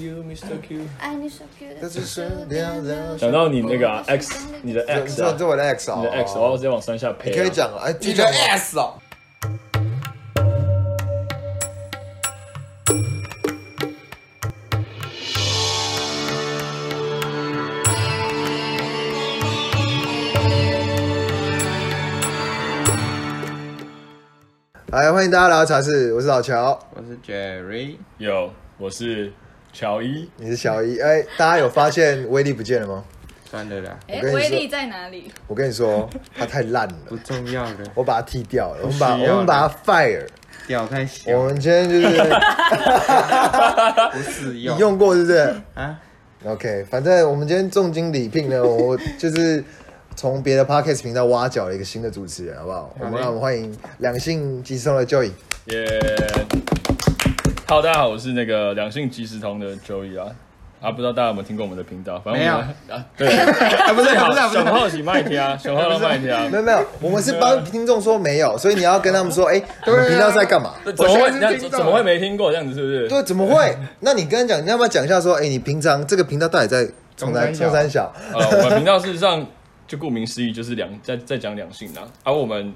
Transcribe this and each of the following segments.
Mr. Q。爱你 so cute，这是声亮亮想到你那个、啊、我 X，你的你 X 知道啊你，是我的 X 哦，你的 X，我要直接往山下你配、啊。可以讲哎，你你的 S 哦，来哎欢迎大家来到茶室，我是老乔，我是 Jerry，有，我是乔伊，你是小 一，哎，大家有发现威力不见了吗？算了啦，哎、我跟你威说力在哪里？我跟你说，他太烂 了不。重要的，我把它踢掉了，我们把不需要我们把它 fire。屌太小，我们今天就是不适你用用过是不是啊， ？OK，反正我们今天重金礼聘 呢，我就是从别的 podcast 频道挖角了一个新的主持人，好不好？我们让我们欢迎两性即时通的 Joy。耶、Hello，大家好，我是那个两性即时通的 Joey 啊。啊，不知道大家有没有听过我们的频道？反正我们 啊，对，啊 不是最好不是不熊是，浩喜麦田啊，熊浩麦田啊没，有没有，我们是帮听众说没有，所以你要跟他们说，哎、我们频道是在干嘛？这怎么 我会？现在那是听怎到怎么会没听过这样子？是不是？对，怎么会？那你跟他讲，你要不要讲一下说，哎、你平常这个频道到底在冲三冲三小冲三小？呃，我们频道事实上就顾名思义就是两在在讲两性啊，而、我们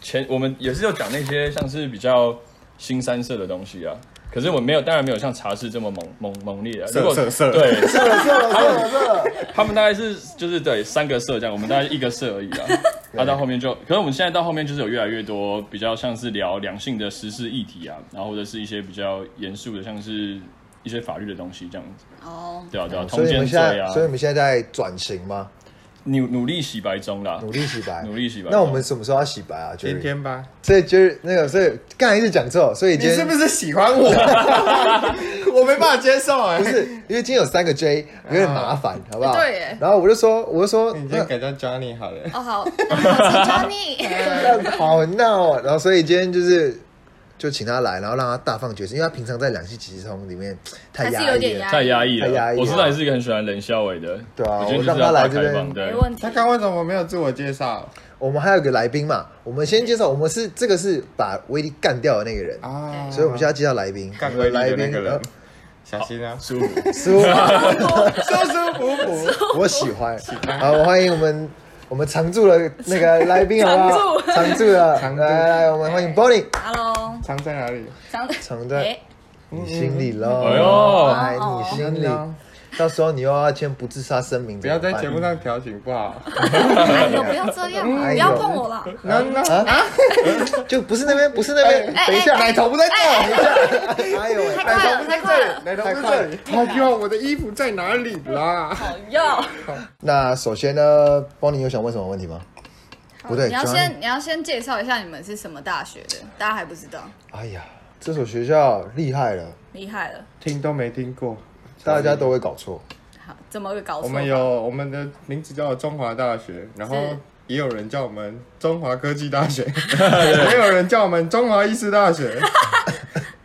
前我们也是有讲那些像是比较新三色的东西啊，可是我没有，当然没有像茶室这么猛猛猛烈啊。如果色色对，这了这了这了这了，他们大概是就是对三个色这样，我们大概一个色而已 啊。那、到后面就，可是我们现在到后面就是有越来越多比较像是聊两性的时事议题啊，然后或者是一些比较严肃的，像是一些法律的东西这样子，哦，对啊对啊，通所以你奸们罪现在，啊，所以你们现在在转型吗？努努力洗白中啦，努力洗白，努力洗白那我们什么时候要洗白啊？今 Jerry？天吧，所以就是那个，所以刚才一直讲错，所以你今天是不是喜欢 我？我没办法接受哎，不是因为今天有三个 J，有点麻烦，好不好？对耶然后我就说，我就说，你那先改叫 Johnny 好了，哦好，那我请 Johnny。这样好闹啊。然后所以今天就是就请他来，然后让他大放厥词，因为他平常在两栖即时通里面太还是压有抑点了压。太压抑了。太压抑了我知道你是一个很喜欢冷笑伟的，对啊我觉得就我是让他要来大这开边放，对没，问题他，刚为什么没有自我介绍我们还有个来宾嘛，我们先介绍，我们是这个是把威力干掉的那个人，啊？所以我们现在介绍来宾，干我们威的来力的宾那个呃人，小心啊，舒服。舒服。舒舒服服，我喜欢。好，我欢迎我们我们常驻的那个来宾，好不好？常驻的，常驻来来，我们欢迎 Bonnie，哎，Hello，藏在哪里？长长的哎你心里哎喽，呦哎，你心里，到时候你又要签不自杀声明， 不要在怎节么目办上调情不好。哎呦，不要这样嘛，哎呦不要碰我啦。 那那 啊，就不是那边，不是那边，哎等一下，奶头不在这，哎呦喂，太快了，太快了，奶头不在这里。哎呦，我的衣服在哪里啦？好要。那首先呢，Bonnie 有想问什么问题吗？不对你要 Johnny 先你要先介绍一下你们是什么大学的，大家还不知道，哎呀，这所学校厉害了，厉害了。 听都没听过。大家都会搞错。好，怎么个搞错？我们有我们的名字叫中华大学，然后是也有人叫我们中华科技大学， 也有人叫我们中华医师大学，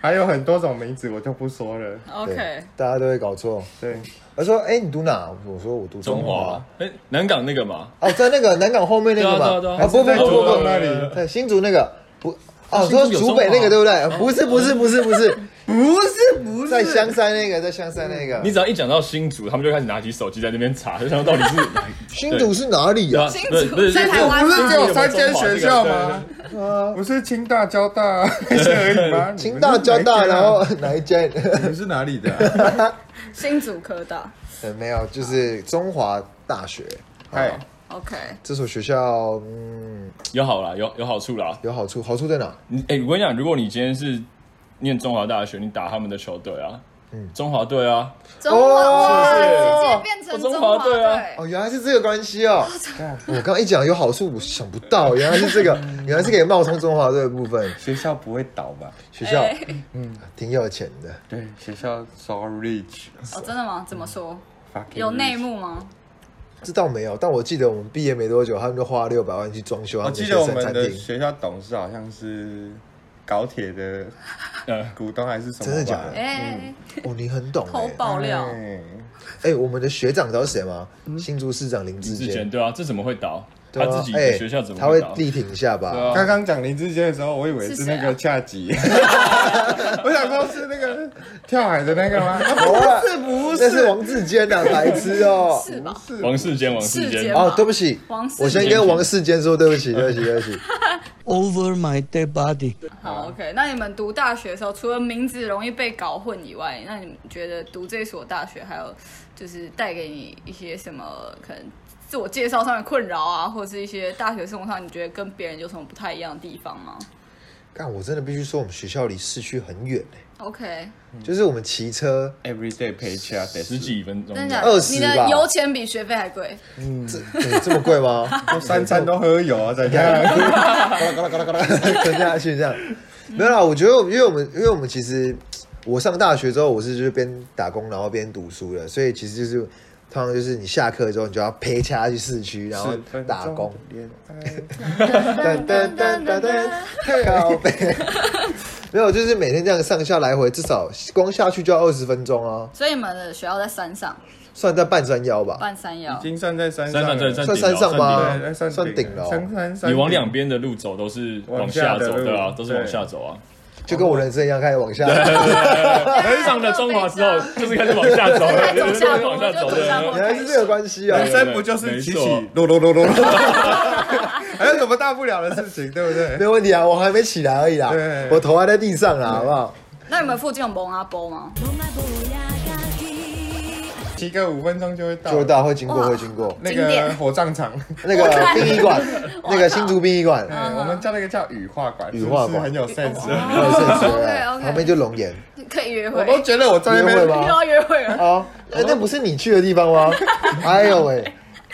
还有很多种名字我就不说了。对 OK，大家都会搞错。对，他说：“哎，你读哪？”我说：“我读中中华华。，哎，南港那个嘛，哦，在那个南港后面那个对啊对啊对嘛，啊不不在不不中不东，那里，在新竹那个不，哦，啊新竹说有竹中华北啊那个对不对？不是不是不是 不是，不是不在香山那个，在香山那个你。只要一讲到新竹，他们就开始拿起手机在那边查，就想到底是哪一新竹是哪里 对啊啊？新不是竹不是在台湾不吗是只有三间学校吗？啊，不是清大、交大 那些而已吗？你清们大、是哪交一大，间然啊后哪一间？ 你们是哪里的啊？ 新竹科大。呃没有，就是中华大学。嗨， OK，这所学校，嗯，有好啦，有有好处啦。有好处，好处在哪？你哎、我跟你讲，如果你今天是念中华大学，你打他们的球队啊，嗯中华队啊，中华哇是不是直接变成中华中华队啊队，哦，原来是这个关系哦。我刚刚一讲有好处，我想不 到，原来是这个，原来是可以冒充中华队的部分。学校不会倒吧？学校嗯哎挺有钱的。对，学校 so rich，哦，真的吗？怎么说？ fucking 有内 rich。幕吗？这倒没有，但我记得我们毕业没多久，他们就花六百万去装修他我们的记学得我生们餐的厅。学校董事好像是高铁的呃，股东还是什么吧？真的假的哎，哦，你很懂哎、偷爆料，哎哎、我们的学长知道是谁吗？新竹市长林志志坚坚，对啊，这怎么会倒？对啊他自己的哎学校怎么他会会打力挺一下吧？对啊刚刚讲林志坚的时候，我以为是是谁那啊个恰吉，我想说是那个跳海的那个吗？哦是不那是是？王志坚啊，白痴哦！是吧？是王世坚，王世世坚坚，哦，对不起王世，坚我先跟王世坚说对不起，对不起，对不起。 over my dead body. 好，OK。那你们读大学的时候，除了名字容易被搞混以外，那你们觉得读这所大学还有就是带给你一些什么可能自我介绍上的困扰啊，或者是一些大学生活上你觉得跟别人有什么不太一样的地方吗但我真的必须说，我们学校离市区很远欸？OK，就是我们骑车， every day pay c h a 十几分钟，真的假二的？十你的吧油钱比学费还贵，这对嗯这么贵吗？ 三餐都喝油啊，在家。吞下去这样。没有啦，我觉得我们，因为我们，因为我们其实我上大学之后，我是就是边打工然后边读书的，所以其实就是通常就是你下课之后，你就要陪掐去市区，然后打 工。恋爱，噔噔噔噔噔，靠背。 没有，就是每天这样上下来回，至少光下去就要二十分钟啊，所以你们的学校在山上，算在半山腰吧，半山已腰。经算在山山上上了，在山算山上吧对，算算顶了哦山山山你顶往两边的路走都是往下走，往下的路对啊，都是往对下走啊。就跟我人生一样，开始往下。登上了中华之后，就是开始往下走了，就就是是走下坡往下走就走下坡的。原来是这个关系啊！人生不就是起起落落落落落，还有什么大不了的事情，对不对？没有问题啊，我还没起来而已啦对，我头还在地上啊啦，好不好？ 那你们附近有蒙阿波吗？骑个五分钟就会到就到会经过，哇会经过那景个点火葬场。那个殡仪 馆，那个新竹殡仪馆，对，我们叫那个叫羽化馆，羽化馆是不是很有 sense。 很有盛世 OK，OK 啊旁边就龙岩可以约我会， 都觉得我在那约会边，吧又要约 会了。啊，哎那不是你去的地方 吗？哎呦喂，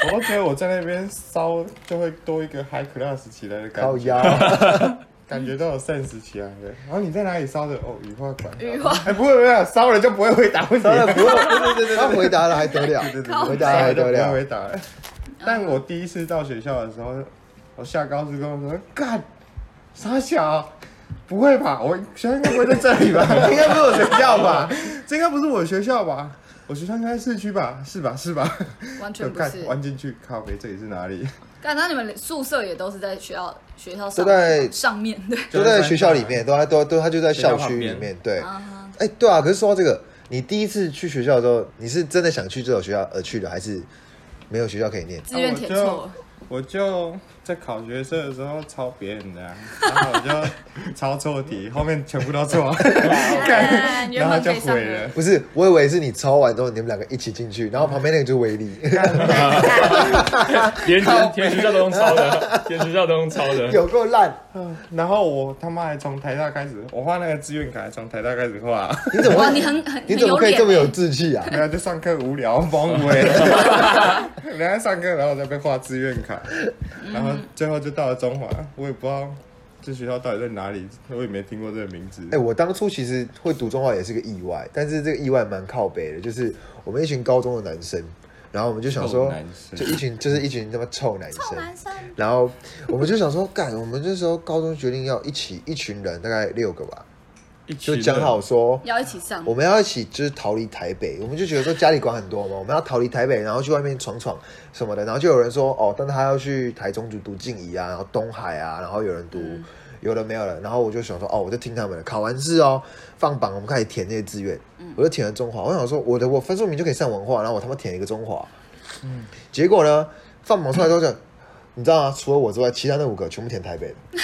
我都觉得我在那边烧就会多一个 high class 起来的靠感觉，腰，感觉都有 sense 起来的。然后你在哪里烧的？哦，羽化馆。羽化哎，不会不会， 烧了就不会回答问题当了。然不用， 对对对，他回答了还得了， 回答了还就得不会了回，答。但我第一次到学校的时候，我下高速跟我说：“干，傻小，不会吧？我学校应该不会在这里吧？ 应该不是我学校吧？ 这应该不是我学校吧？我学校应该在市区吧？是吧？是 吧？”完就全不看是。弯进去，靠北，这里是哪里？干，那你们宿舍也都是在学校学校都上在上面对？就在学校里面，都在都都，他就在校区学校里旁面边，对，啊，哎，对啊，可是说到这个，你第一次去学校的时候，你是真的想去这所学校而去的，还是没有学校可以念？志愿填错了。我就在考学测的时候抄别人的啊、然后我就抄错 题，后面全部都错，哎干原然后本就可以上毁的了。不是，我以为是你抄完之后，你们两个一起进去，然后旁边那个就是威力， 连填填学校都用抄的，填学校都用抄的。有够烂！然后我他妈还从台大开始，我画那个志愿卡，从台大开始画。你怎么哇，会哦你很很欸你怎么可以这么有志气啊？然后就上课无聊，崩围。然后上课，然后我在被画志愿卡，然后最后就到了中华，我也不知道这学校到底在哪里，我也没听过这个名字。哎、我当初其实会读中华也是个意外，但是这个意外蛮靠北的，就是我们一群高中的男生，然后我们就想臭说男，生就一群就是一群他妈臭男生，然后我们就想说，干，我们那时候高中决定要一起一群人，大概六个吧，就讲好说。要一起上我们要一起就是逃离台北，我们就觉得说家里管很多嘛，我们要逃离台北，然后去外面闯闯什么的。然后就有人说哦，但他要去台中读读静怡啊，然后东海啊，然后有人读、有的没有了。然后我就想说哦，我就听他们的，考完试哦放榜，我们开始填这些志愿，我就填了中华。我想说哦我的我分数名就可以上文化，然后我他妈填了一个中华，结果呢放榜出来之后就。你知道吗？除了我之外，其他那五个全部填台北的，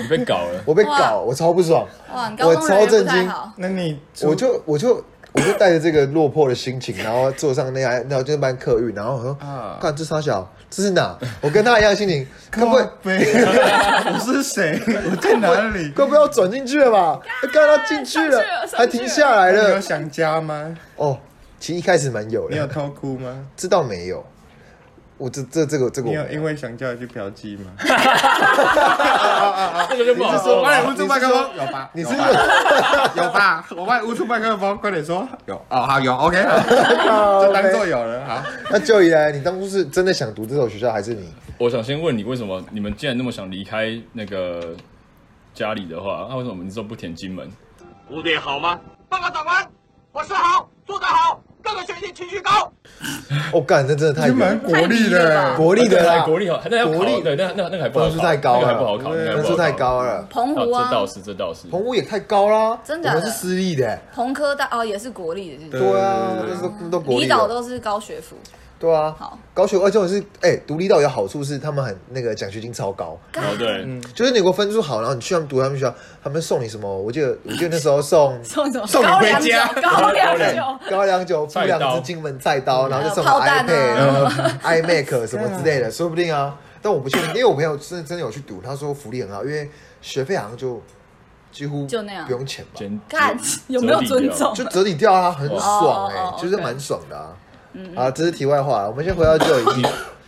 你被搞了，我被哇搞，我超不爽。哇，你高中人缘不太好。那你我就我就我就带着这个落魄的心情，然后坐上那台，然后就班客运，然后我说啊，看这傻小，这是哪？我跟他一样心情，该不靠会北，我是谁？我在哪里？该不会要转进去了吧？刚他进去上了去了，上还停下来你有了。想家吗？哦，其实一开始蛮有你有的，偷哭吗？这倒没有。我这这这个这个你我有没因有，为想家而去嫖妓吗？这个就不好说我了。也捂住麦克风，有吧？你有是吧有吧？我帮你捂住麦克风，快点说有哦，好有，OK，好，就当做有了，好。那就以来，你当初是真的想读这所学校，还是你我想先问你，为什么你们既然那么想离开那个家里的话，那啊为什么你都不填金门？部队好吗？报告长官，我是好，做得好，各个学性情绪高。我哦干，这真的太金门远，国立太迷了的吧，国立的啦，啊国立好，那要考国立对，那那那个还不好考，分数太那高了个还不好考，对那个还不分数好考太。高了，澎湖哦这啊倒，是，这倒是。澎湖也太高啦，真我假的们是私立的，澎科大哦也是国立的，是不是对对啊，那是都那都国立离岛的，都是高学府，对啊好，高学，而且我是哎，读离岛有好处是他们很那个奖学金超高，哦，对，就是你如果分数好，然后你去他们读他们学校，他们送你什么？我记得我记得那时候送送什么送你高回粱酒家，高高粱粱酒，高粱酒、付菜刀两只金门菜刀，嗯然后就送炮弹啊 iPad、然 后 iMac 什么之类的，说不定啊。但我不确定，因为我朋友真真的有去读，他说福利很好，因为学费好像就几乎就那样不用钱吧，先看有没有尊重就折抵掉啊，很爽哦嗯哎哦哦，就是 OK 蛮爽的啊。啊，这是题外话，我们先回到就已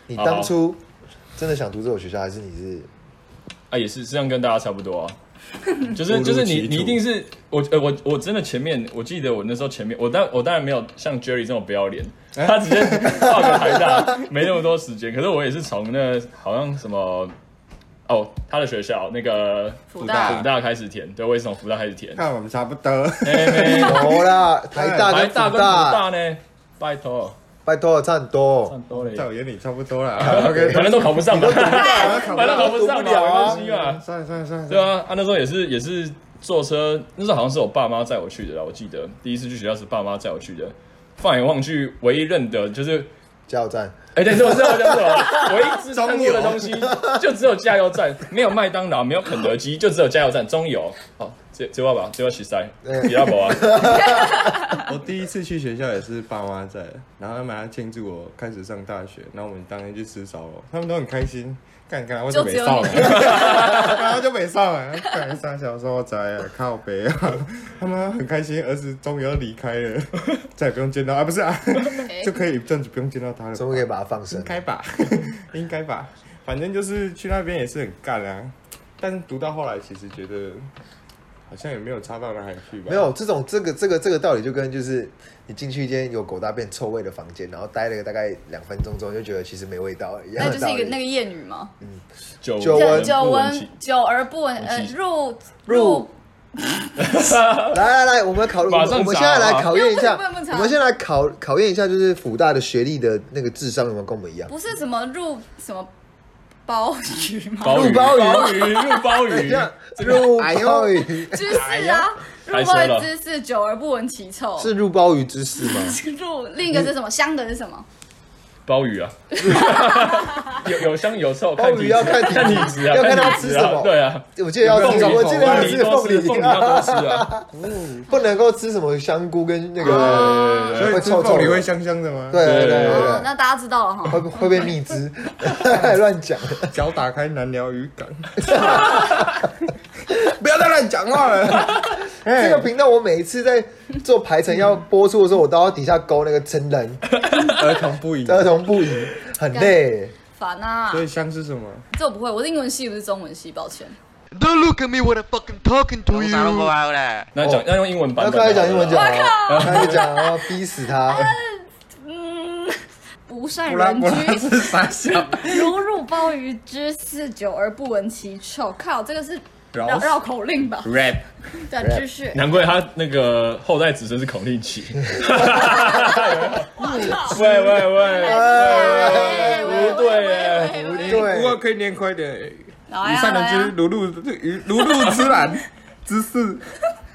你好当初真的想读这所学校，还是你是啊，也是这样跟大家差不多啊。就误是入就是你歧途你一定是我呃我我真的前面我记得我那时候前面我当我当然没有像 Jerry 这么不要脸，他直接报个台大没那么多时间，可是我也是从那好像什么哦他的学校那个福大福大开始填，对我也是从福大开始填，看我们差不多。有啦？台大台哎跟大复跟福大呢，拜托，拜托差很差多。很多嘞，在我眼里差不 多啦。OK，哎反正都考不上嘛，反正考不上嘛，读不了啊没关系嘛。算了算了算了，对啊，啊那时候也是也是坐车，那时候好像是我爸妈载我去的啦，我记得第一次去学校是爸妈载我去的。放眼望去，唯一认得就是，加油站，哎、对，对，我知道我知道我知道，唯一知看过的东西就只有加油站，没有麦当劳，没有肯德基，就只有加油站中油。好，这这话吧，这话起塞，比拉 伯啊，我第一次去学校也是爸妈在，然后他们还庆祝我开始上大学，然后我们当天去吃烧肉，他们都很开心。干干，我就没只有上你了，然后就没上了。干上小时候在啊靠北啊，他们很开心，儿子终于要离开了，再也不用见到啊，不是啊，就可以一阵子不用见到他了吧。怎么可以把它放生应？该吧， 应该吧，反正就是去那边也是很干啊。但是读到后来，其实觉得好像也没有差到哪里去吧。没有这种这个这个这个道理，就跟就是你进去一间有狗大便臭味的房间，然后待了大概两分钟之后，就觉得其实没味道了一样那的就是道一理。个那个谚语嘛，久久叫闻久不闻 闻其久而不闻，呃闻其入入来来来，我们考，我马们上我们查啊现在来好不好考验一下不能不能不能，查我们现在来考考验一下，就是辅大的学历的那个智商有没有跟我们一样？不是什么入什么包鱼 吗？鲍鱼，入鲍鱼鲍鱼，入鲍 等一鱼，下入鲍鱼哎知识啊，入太深了会知识，久而不闻其臭。是入鲍鱼之士吗？入另一个是什么？香的是什么？鲍 鱼啊，有有香有臭，鲍鱼要看体看体质，质啊，要看他体吃质什啊，么。对，啊。我记得要吃凤什梨，么？我记得要吃多吃，凤凤梨梨要多吃啊！不能够吃什么香菇跟那哦个，所以会吃臭凤臭梨的会香香的吗？对，对对对哦哦，对，那大家知道了会哈。不会被蜜 汁，乱讲，脚打开难聊语感。 不要再乱讲话了。这个频道我每一次在做排程要播出的时候，我都要底下勾那个成人 儿童不宜。儿童不宜，很累。烦啊所，以香是什么？这我不会，我是英文系，不是中文系，抱歉。 Don't look at me when I'm fucking talking to 我啥都不 you. 玩嘞，那讲要用英文版要本的，开始讲英文讲我靠哦，开始讲哦，逼死他。嗯，不善布拉人布拉居，是傻笑。如入鲍鱼之肆，久而不闻其臭。靠，这个是绕绕绕口令吧？ rap 对啊，继续。难怪他那个后代子孙是孔令奇。靠喂喂喂，哎喂不对耶喂喂喂喂不过可以念快点。来以啊上来人啊之！如露如露之兰 之事，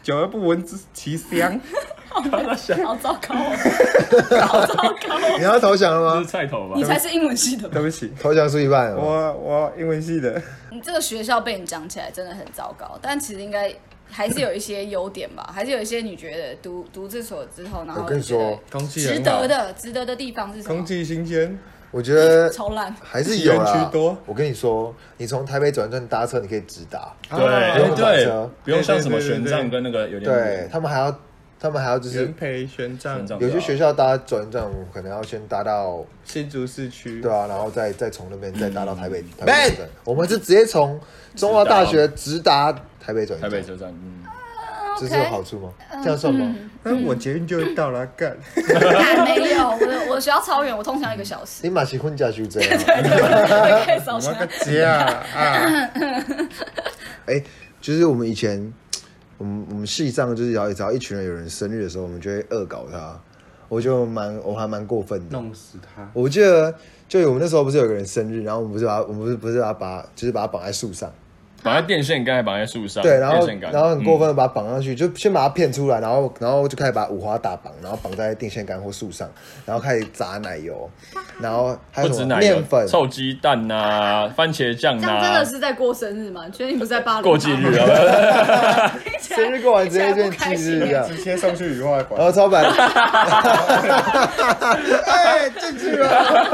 久而不闻之其香。 好糟糕哦，你要投降了这是吗？菜头吧你？才是英文系的吧。对不起，投降输一半哦。我我英文系的。你这个学校被你讲起来真的很糟糕，但其实应该还是有一些优点吧，还是有一些你觉得读读这所之后，然后我跟你说你觉得空气值很好得的，值得的地方是什么空？气新鲜，我觉得超烂， 还是有园啦区多。我跟你说，你从台北转站搭车，你可以直达。对哎对，不用像什么对对对玄对奘跟那个有点对他们还要，他们还要就是元培玄玄奘奘，有些学校搭转站，我们可能要先搭到新竹市区。对啊，然后再再从那边再搭到台北台北转站。我们是直接从中华大学直达台北转台站，北车站，嗯，这是有好处吗？这样算吗？那我捷运就会到了，干。看没有，我的我的学校超远，我通常一个 小时你马是婚假修这样。会开早我上个姐啊啊！哎、就是我们以前，我们我们系上就是只要只要一群人有人生日的时候，我们就会恶搞他。我就蛮我还蛮过分的。弄死他。我记得就我们那时候不是有个人生日，然后我们不是把我们不是不是把他把就是把他绑在树上，绑在电线杆，还绑在树上，对，然后电线杆，然后很过分嗯。的把他绑上去，就先把他骗出来，然后然后就开始把五花大绑，然后绑在电线杆或树上，然后开始砸奶油，然后还不有止什么奶油面 粉，臭鸡蛋呐、番茄酱这样真呐的、是在过生日吗？确定你不是在巴黎过忌日啊，生日过完直接变忌听起来不日这样，直接送去羽化然馆哦后。超白，哎，进去 了。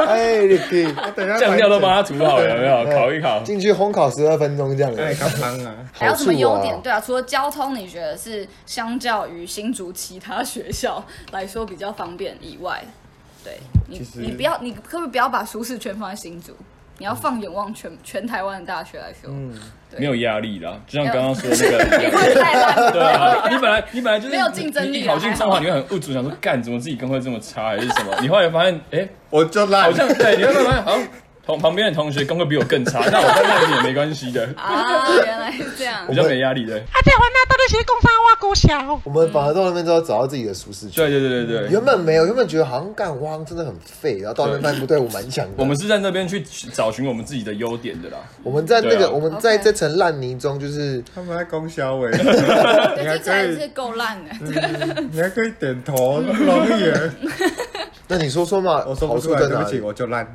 哎，Ricky，我等一下酱料都帮他涂好了，有没有？烤一烤，进去烘烤十二分钟这样子，哎，刚刚啊，还有好什么处啊优点？对啊，除了交通，你觉得是相较于新竹其他学校来说比较方便以外，对你其，实你不要，你可不可以不要把舒适圈放在新竹？你要放眼望全全台湾的大学来说，嗯 没有压力啦。就像刚刚说的那个一样，太 烂对了。啊，你本 来你本来就是没有竞争力啊你你考进中华，你会很不足，想说干怎么自己跟会这么差还是什么？你后来发现，哎、我就烂好。像对，你会发现好像同旁边的同学功课比我更差，那我在那里也没关系的，啊，原来是这样比。较没压力的。啊，这环那到底是讲啥我够小？我们反而到那边之后找到自己的舒适圈。对对对对对原。本没有，原本觉得好像干我好像真的很废，然后到那边发现不对，我蛮强的。我们是在那边去找寻我们自己的优点的啦，我们在那对个啊我们在 OK 这层烂泥中，就是他们在供销 委，对，你还这可才是以，够烂的。你还可以点头 龙眼。那你说说嘛，我说不好出处来，在对哪不起，里？我就烂。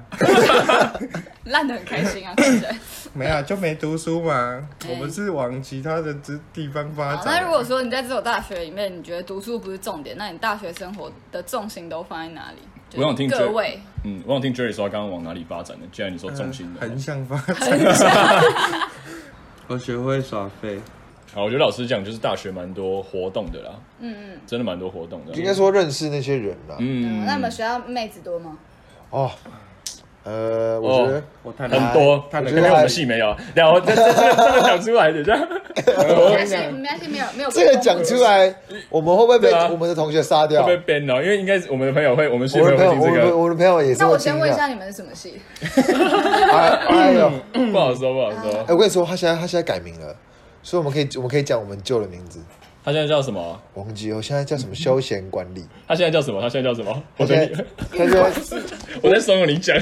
烂的很开心啊，看起来。 没有，就没读书嘛。哎我们是往其他的之地方发好，展。那如果说你在这所大学里面，你觉得读书不是重点，那你大学生活的重心都放在哪里？就是我想听各 Jerry 位，嗯，我想听 Jerry 说他刚刚往哪里发展的，既然你说重嗯心的话，横向发展， 我学会耍废。好，我觉得老实讲，就是大学蛮多活动的啦，嗯嗯，真的蛮多活动的，应该说认识那些人啦。嗯，那你们学校妹子多吗？哦，呃，哦我觉得我太很多，太可觉能得我还们系没有，然后这这这真的讲出 来的，这样没会关系，没关系，没有没有。这个讲出，来，我们会不会被对啊我们的同学杀掉？被编哦，因为应该是我们的朋友会，我们系我朋的友朋会友，听我这的个，我的朋友也是那会我听先问一下的。你们是什么系？哎 哎呦，哎，不好说不好说。我跟你说，他现在他现在改名了，所以我们可以我们可以讲我们旧的名字，他现在叫什么？忘记哦我现在叫什么休闲管理。他现在叫什么？他现在叫什么？我他在现在他说我在怂恿你讲，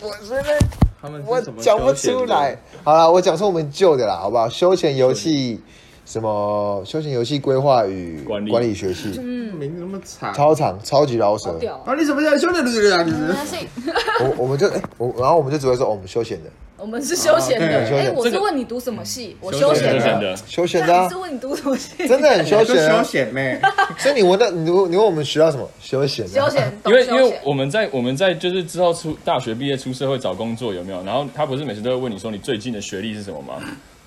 我现在他们我讲不出来。。好了，我讲出我们旧的啦，好不好？休闲游戏什么？休闲游戏规划与管理学系，名字那么长。超长，超级饶舌。嗯屌，啊！你怎么叫兄弟这个没名关系，我我们就哎，我然后我们就只会说哦，我们休闲的，我们是休闲的。啊对休闲哎，我这是个问你读什么系，我休 休真闲闲的真的。的，休闲的那啊你是，问你读什么系？真的很休就闲休啊。闲 妹，所以你问到你问你问我们学到什么休闲啊的？休闲，懂因为因休为闲我们在我们在就是之后出大学毕业出社会找工作有没有？然后他不是每次都会问你说你最近的学历是什么 吗？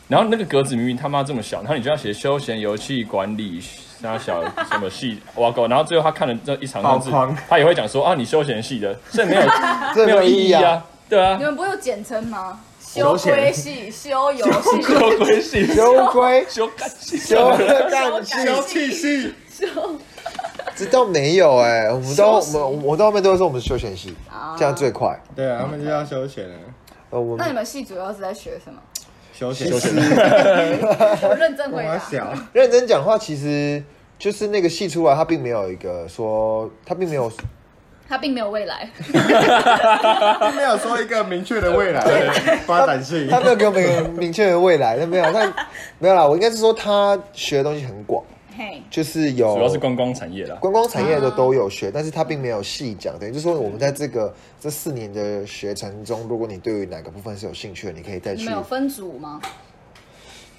然后那个格子明明他妈这么小，然后你就要写休闲游戏管理啥小什么系哇靠！然后最后他看了这一长串字爆框，他也会讲说啊你休闲系 的，这没有没这没有有意意义义啊啊，对啊你，们不会有简称吗？休休闲规系、休游戏、 休归系、 休龟休干系、休 休干系，闲气系。这倒没有哎，我们到我休息们我到后面都会说我们是休闲系啊，这样最快。对啊，他们就要休闲了，呃，我那你们们系主要是在学什么？休闲其实我认真我回答。小，认真讲话，其实就是那个戏出来，它并没有一个说，它并没 有他并没有未来，他没有说一个明确的未来发展性。他没有给我们一个明确的未来，那没有， 他没有啦。我应该是说他学的东西很广，嘿，就是有主要是观光产 业啦。观光产业的都有啊学，但是他并没有细讲，等于就是说我们在这个这四年的学程中，如果你对于哪个部分是有兴趣的，你可以再你去们。有分组吗？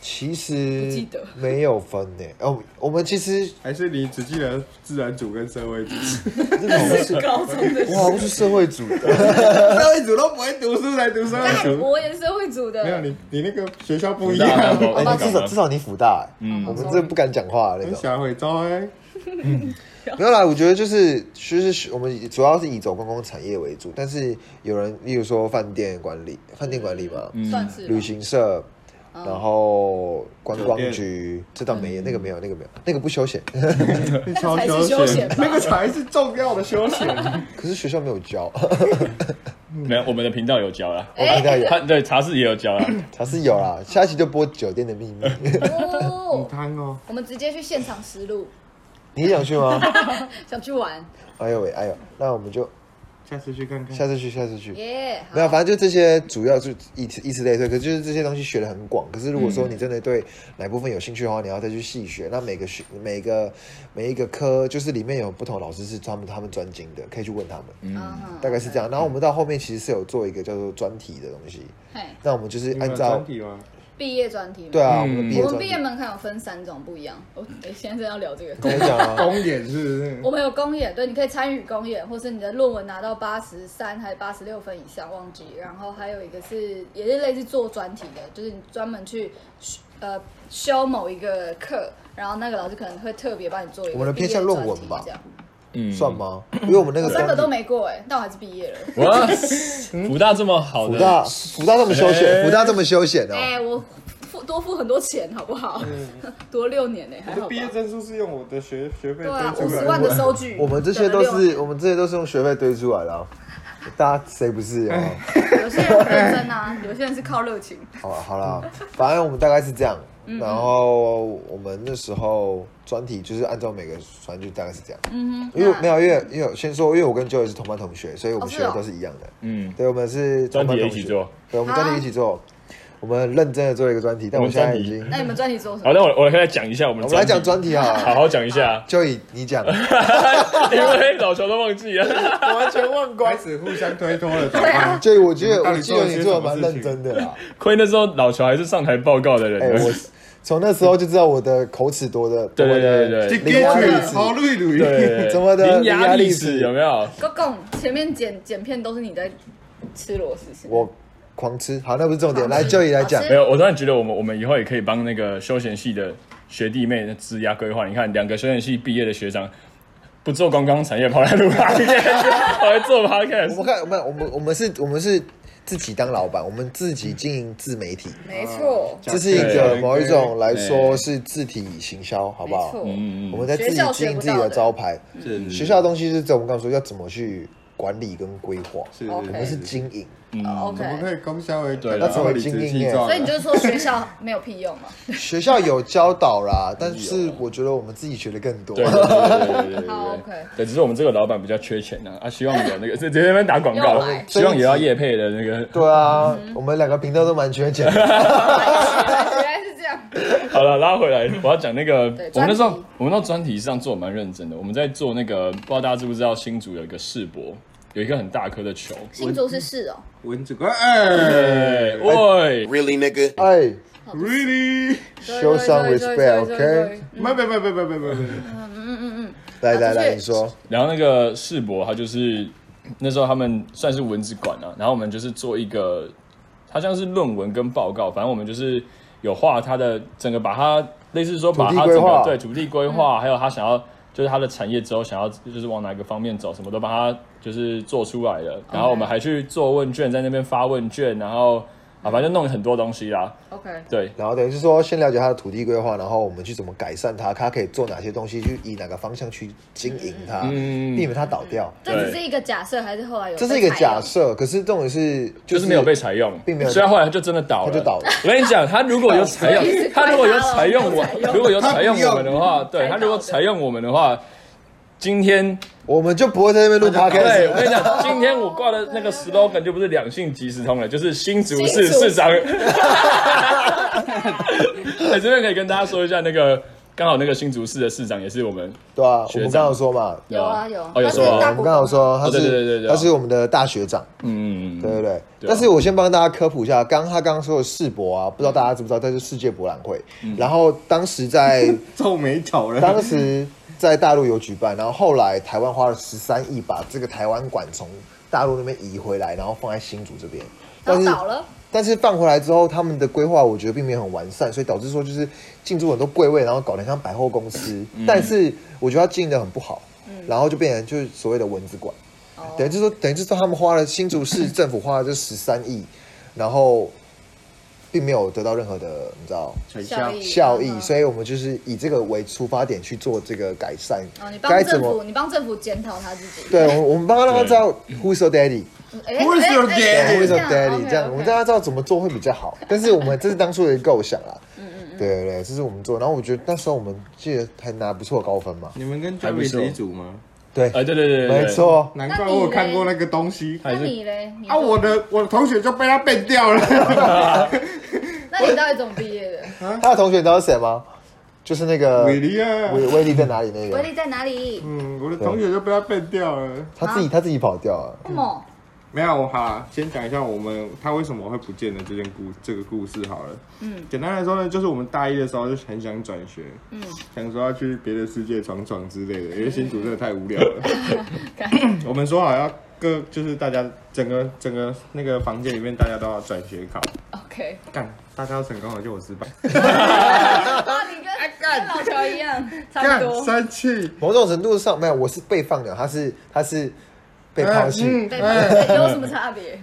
其不实记得没有分呢、哦，我们其实还是你只记得自然组跟社会组，是高中的我好像是社会主的， 社会组都不会读书才读社会哎，组。我也是会组的。没有你，你那个学校不一大家样。都啊哎、那至干少嘛至少你辅大、欸，嗯我们这不敢讲话那很种。小会招哎，没有啦，我觉得就是就是我们主要是以走观光产业为主，但是有人，例如说饭店管理、饭店管理嘛，算是吧啊旅行社，然后观光局，这倒没有，那个没有，那个没有，那个不休闲。 那超超休休闲闲，那个才是重要的休 闲。可是学校没有教，没有，我们的频道有教啦，我看到有，他对茶室也有 教啦。它是有啦。下一期就播酒店的秘密， 哦，汤哦，我们直接去现场实录，你想去吗？ 想去玩，哎呦喂，哎呦，那我们就下次去看看。下次去，下次去。耶、好没有，反正就这些主要就以此以此类推。可是就是这些东西学的很广。可是如果说嗯你真的对哪部分有兴趣的话，你要再去细学。那每个学每个每一个科，就是里面有不同的老师是他们他们专精的，可以去问他们。嗯哼大概是这样。然后我们到后面其实是有做一个叫做专题的东西。嘿，那我们就是你们按有照专题吗？毕业专题嘛对，啊，我们的毕业我专们毕业题。门槛有分三种不一样。我、诶现在要聊这个。跟你讲啊，公演是不 是？ 我们有公演，对，你可以参与公演，或是你的论文拿到八十三还八十六分以上，忘记。然后还有一个是也是类似做专题的，就是你专门去呃修某一个课，然后那个老师可能会特别帮你做一个我们的毕业偏向论专文题吧这样。嗯，算吗？因为我们那我个三个专都题，没过哎、但我还是毕业了。啊哇，福大这么好的，嗯福大福大这么休闲，哎福大这么休闲哦。哎、我付多付很多钱好不好？嗯 多六年呢、还我好的吧毕业证书是用我的学学费对啊，堆五出来十万的收据，我们这些都等了六是我们这些都是用学费堆出来的、啊，大家谁不是啊？ 有些人认真啊，有些人是靠热情。好了哦好了，反正我们大概是这样。嗯然后我们那时候专题就是按照每个，反正就大概是这样。嗯哼，因为那没有，因为因为先说，因为我跟 Joy 是同班同学，所以我们哦是学的哦都是一样的。嗯，对，我们是同班专题也同一学起做，对，我们啊专题一起做，我们认真的做了一个专题，但我我们现在专已题经，那你们专题做什好，么？那我我来讲一下我们我的们来专题，讲专题好好了。，好讲一下 Joy，你 讲，因为老乔都忘记了，完全忘光，开始互相推脱了，怎么办？ Joy，我觉得我我们到底记得做了些你做的什么蛮事认情真的啦。亏那时候老乔还是上台报告的人哎、呢，我从那时候就知道我的口齿多的，对对对多么对的这对伶牙俐个齿好绿绿，对， 怎么的伶牙伶牙俐俐齿齿有没有？公公前面剪剪片都是你在吃螺丝，是吗我狂吃。好，那不是重点，狂来吃哦就你来讲好，吃没有，我突然觉得我们我们以后也可以帮那个休闲系的学弟妹职涯规划。你看，两个休闲系毕业的学长，不做观光产业，跑来录啊 podcast，跑来做我们 podcast。看，我们我们我们是，我们是自己当老板，我们自己经营自媒体，没错，这是一个对某一种来说对是自体行销，好不没好错？，嗯嗯我们在自己经营自己的招牌，是学校的东西是在我们刚才说要怎么去管理跟规划，是我我们是经营，嗯哦怎么，OK。可以功销为对转？那怎么经营耶所以你就是说学校没有屁用嘛？学校有教导啦，但是我觉得我们自己学的更多 对。对对对对对好对，OK 对，对，只是我们这个老板比较缺钱呢，啊，希望有那个这这边打广告又来，希望也要业配的那个。对啊，我们两个频道都蛮缺钱的。原来是这样，好了，拉回来，我要讲那个 对，我们那时专候题我们那专题上做得蛮认真的，我们在做那个，不知道大家知不知道新竹有一个世博，有一个很大颗的球，新竹是市哦，蚊子哥，哎对，喂。 Really, nigga? 哎，really？ ，show some 对对对对 respect，OK？、对对对没没没没没没没没，来来就来，是你说，然后那个世博他就是那时候他们算是文字馆啊，然后我们就是做一个，他像是论文跟报告，反正我们就是有画他的整个把他类似说把土地他规整划个对土地规划，还有他想要。就是他的产业之后想要就是往哪个方面走，什么都帮他就是做出来了。然后我们还去做问卷，在那边发问卷，然后啊反正弄了很多东西啦。 OK，对，然后等于是说，先了解他的土地规划，然后我们去怎么改善它，他可以做哪些东西，去以哪个方向去经营它，嗯避免它倒掉。这只是一个假设，还是后来有？这是一个假，设，可是重点是就是是没有被采用，并没有所以后来他就真的倒了，他就倒了。我跟你讲，他如果有采倒了用，他如果有采用 我他不，用如果有采用我们的话，对才他如果采用我们的话，今天我们就不会在那边录 podcast 啊对我了。跟你讲，今天我挂的那个 slogan 就不是两性即时通了，就是新竹市新竹市市长。 哎，这边可以跟大家说一下，那个刚好那个新竹市的市长也是我们对啊，我学长们刚刚说嘛，有啊有哦有说他是我大啊股们刚刚说他是、哦对对对对他是我们的大学长，嗯，对对对。对啊但是我先帮大家科普一下，刚他刚刚说的世博啊，不知道大家知不知道，它是世界博览会。嗯然后当时在皱眉头 了。当时在大陆有举办，然后后来台湾花了十三亿把这个台湾馆从大陆那边移回来，然后放在新竹这边。然但后是倒了，但是放回来之后，他们的规划我觉得并没有很完善，所以导致说就是进驻很多柜位，然后搞得像百货公司。嗯但是我觉得它经营的很不好，然后就变成就是所谓的蚊子馆。哦等于就是说，等于就是说，他们花了新竹市政府花了这十三亿，然后并没有得到任何的你知道成效益效益，嗯所以我们就是以这个为出发点去做这个改善哦，你。该帮怎政么府，？你帮政府检讨他自己。对，我们我们帮他让他知道 Who's your daddy。哎， Who is your 哎哎 Who's 这 your 样 daddy？ OK，这样，我 OK 嗯们大家知道怎么做会比较好。但是我们这是当初的构想啦。对对对，这是我们做。然后我觉得那时候我们记得还拿不错的高分嘛。你们跟还不 Jerry 错是一组吗？对，哎，对对对对，对没，错。难那怪你嘞我有看过那个东西还那是你嘞？你啊！我的我的同学就被他变掉了。那你到底怎么毕业的？他的同学你知道是谁吗？就是那个伟力啊，威威力在哪里那威个，力在哪里？嗯，我的同学就被他变掉了。他自啊己他自己跑掉了。什么？没有哈，先讲一下我们他为什么会不见的这件故这个故事好了。嗯，简单来说呢，就是我们大一的时候就很想转学，嗯，想说要去别的世界闯闯之类的，因为新竹真的太无聊 了。我们说好要各就是大家整个整个那个房间里面大家都要转学考， OK，干大家都成功了，就我 失败，哇，你跟跟老乔一样，差干不多。生气。某种程度上没有，我是被放鸟，他是他是被抛弃。哎对，对有什么差别？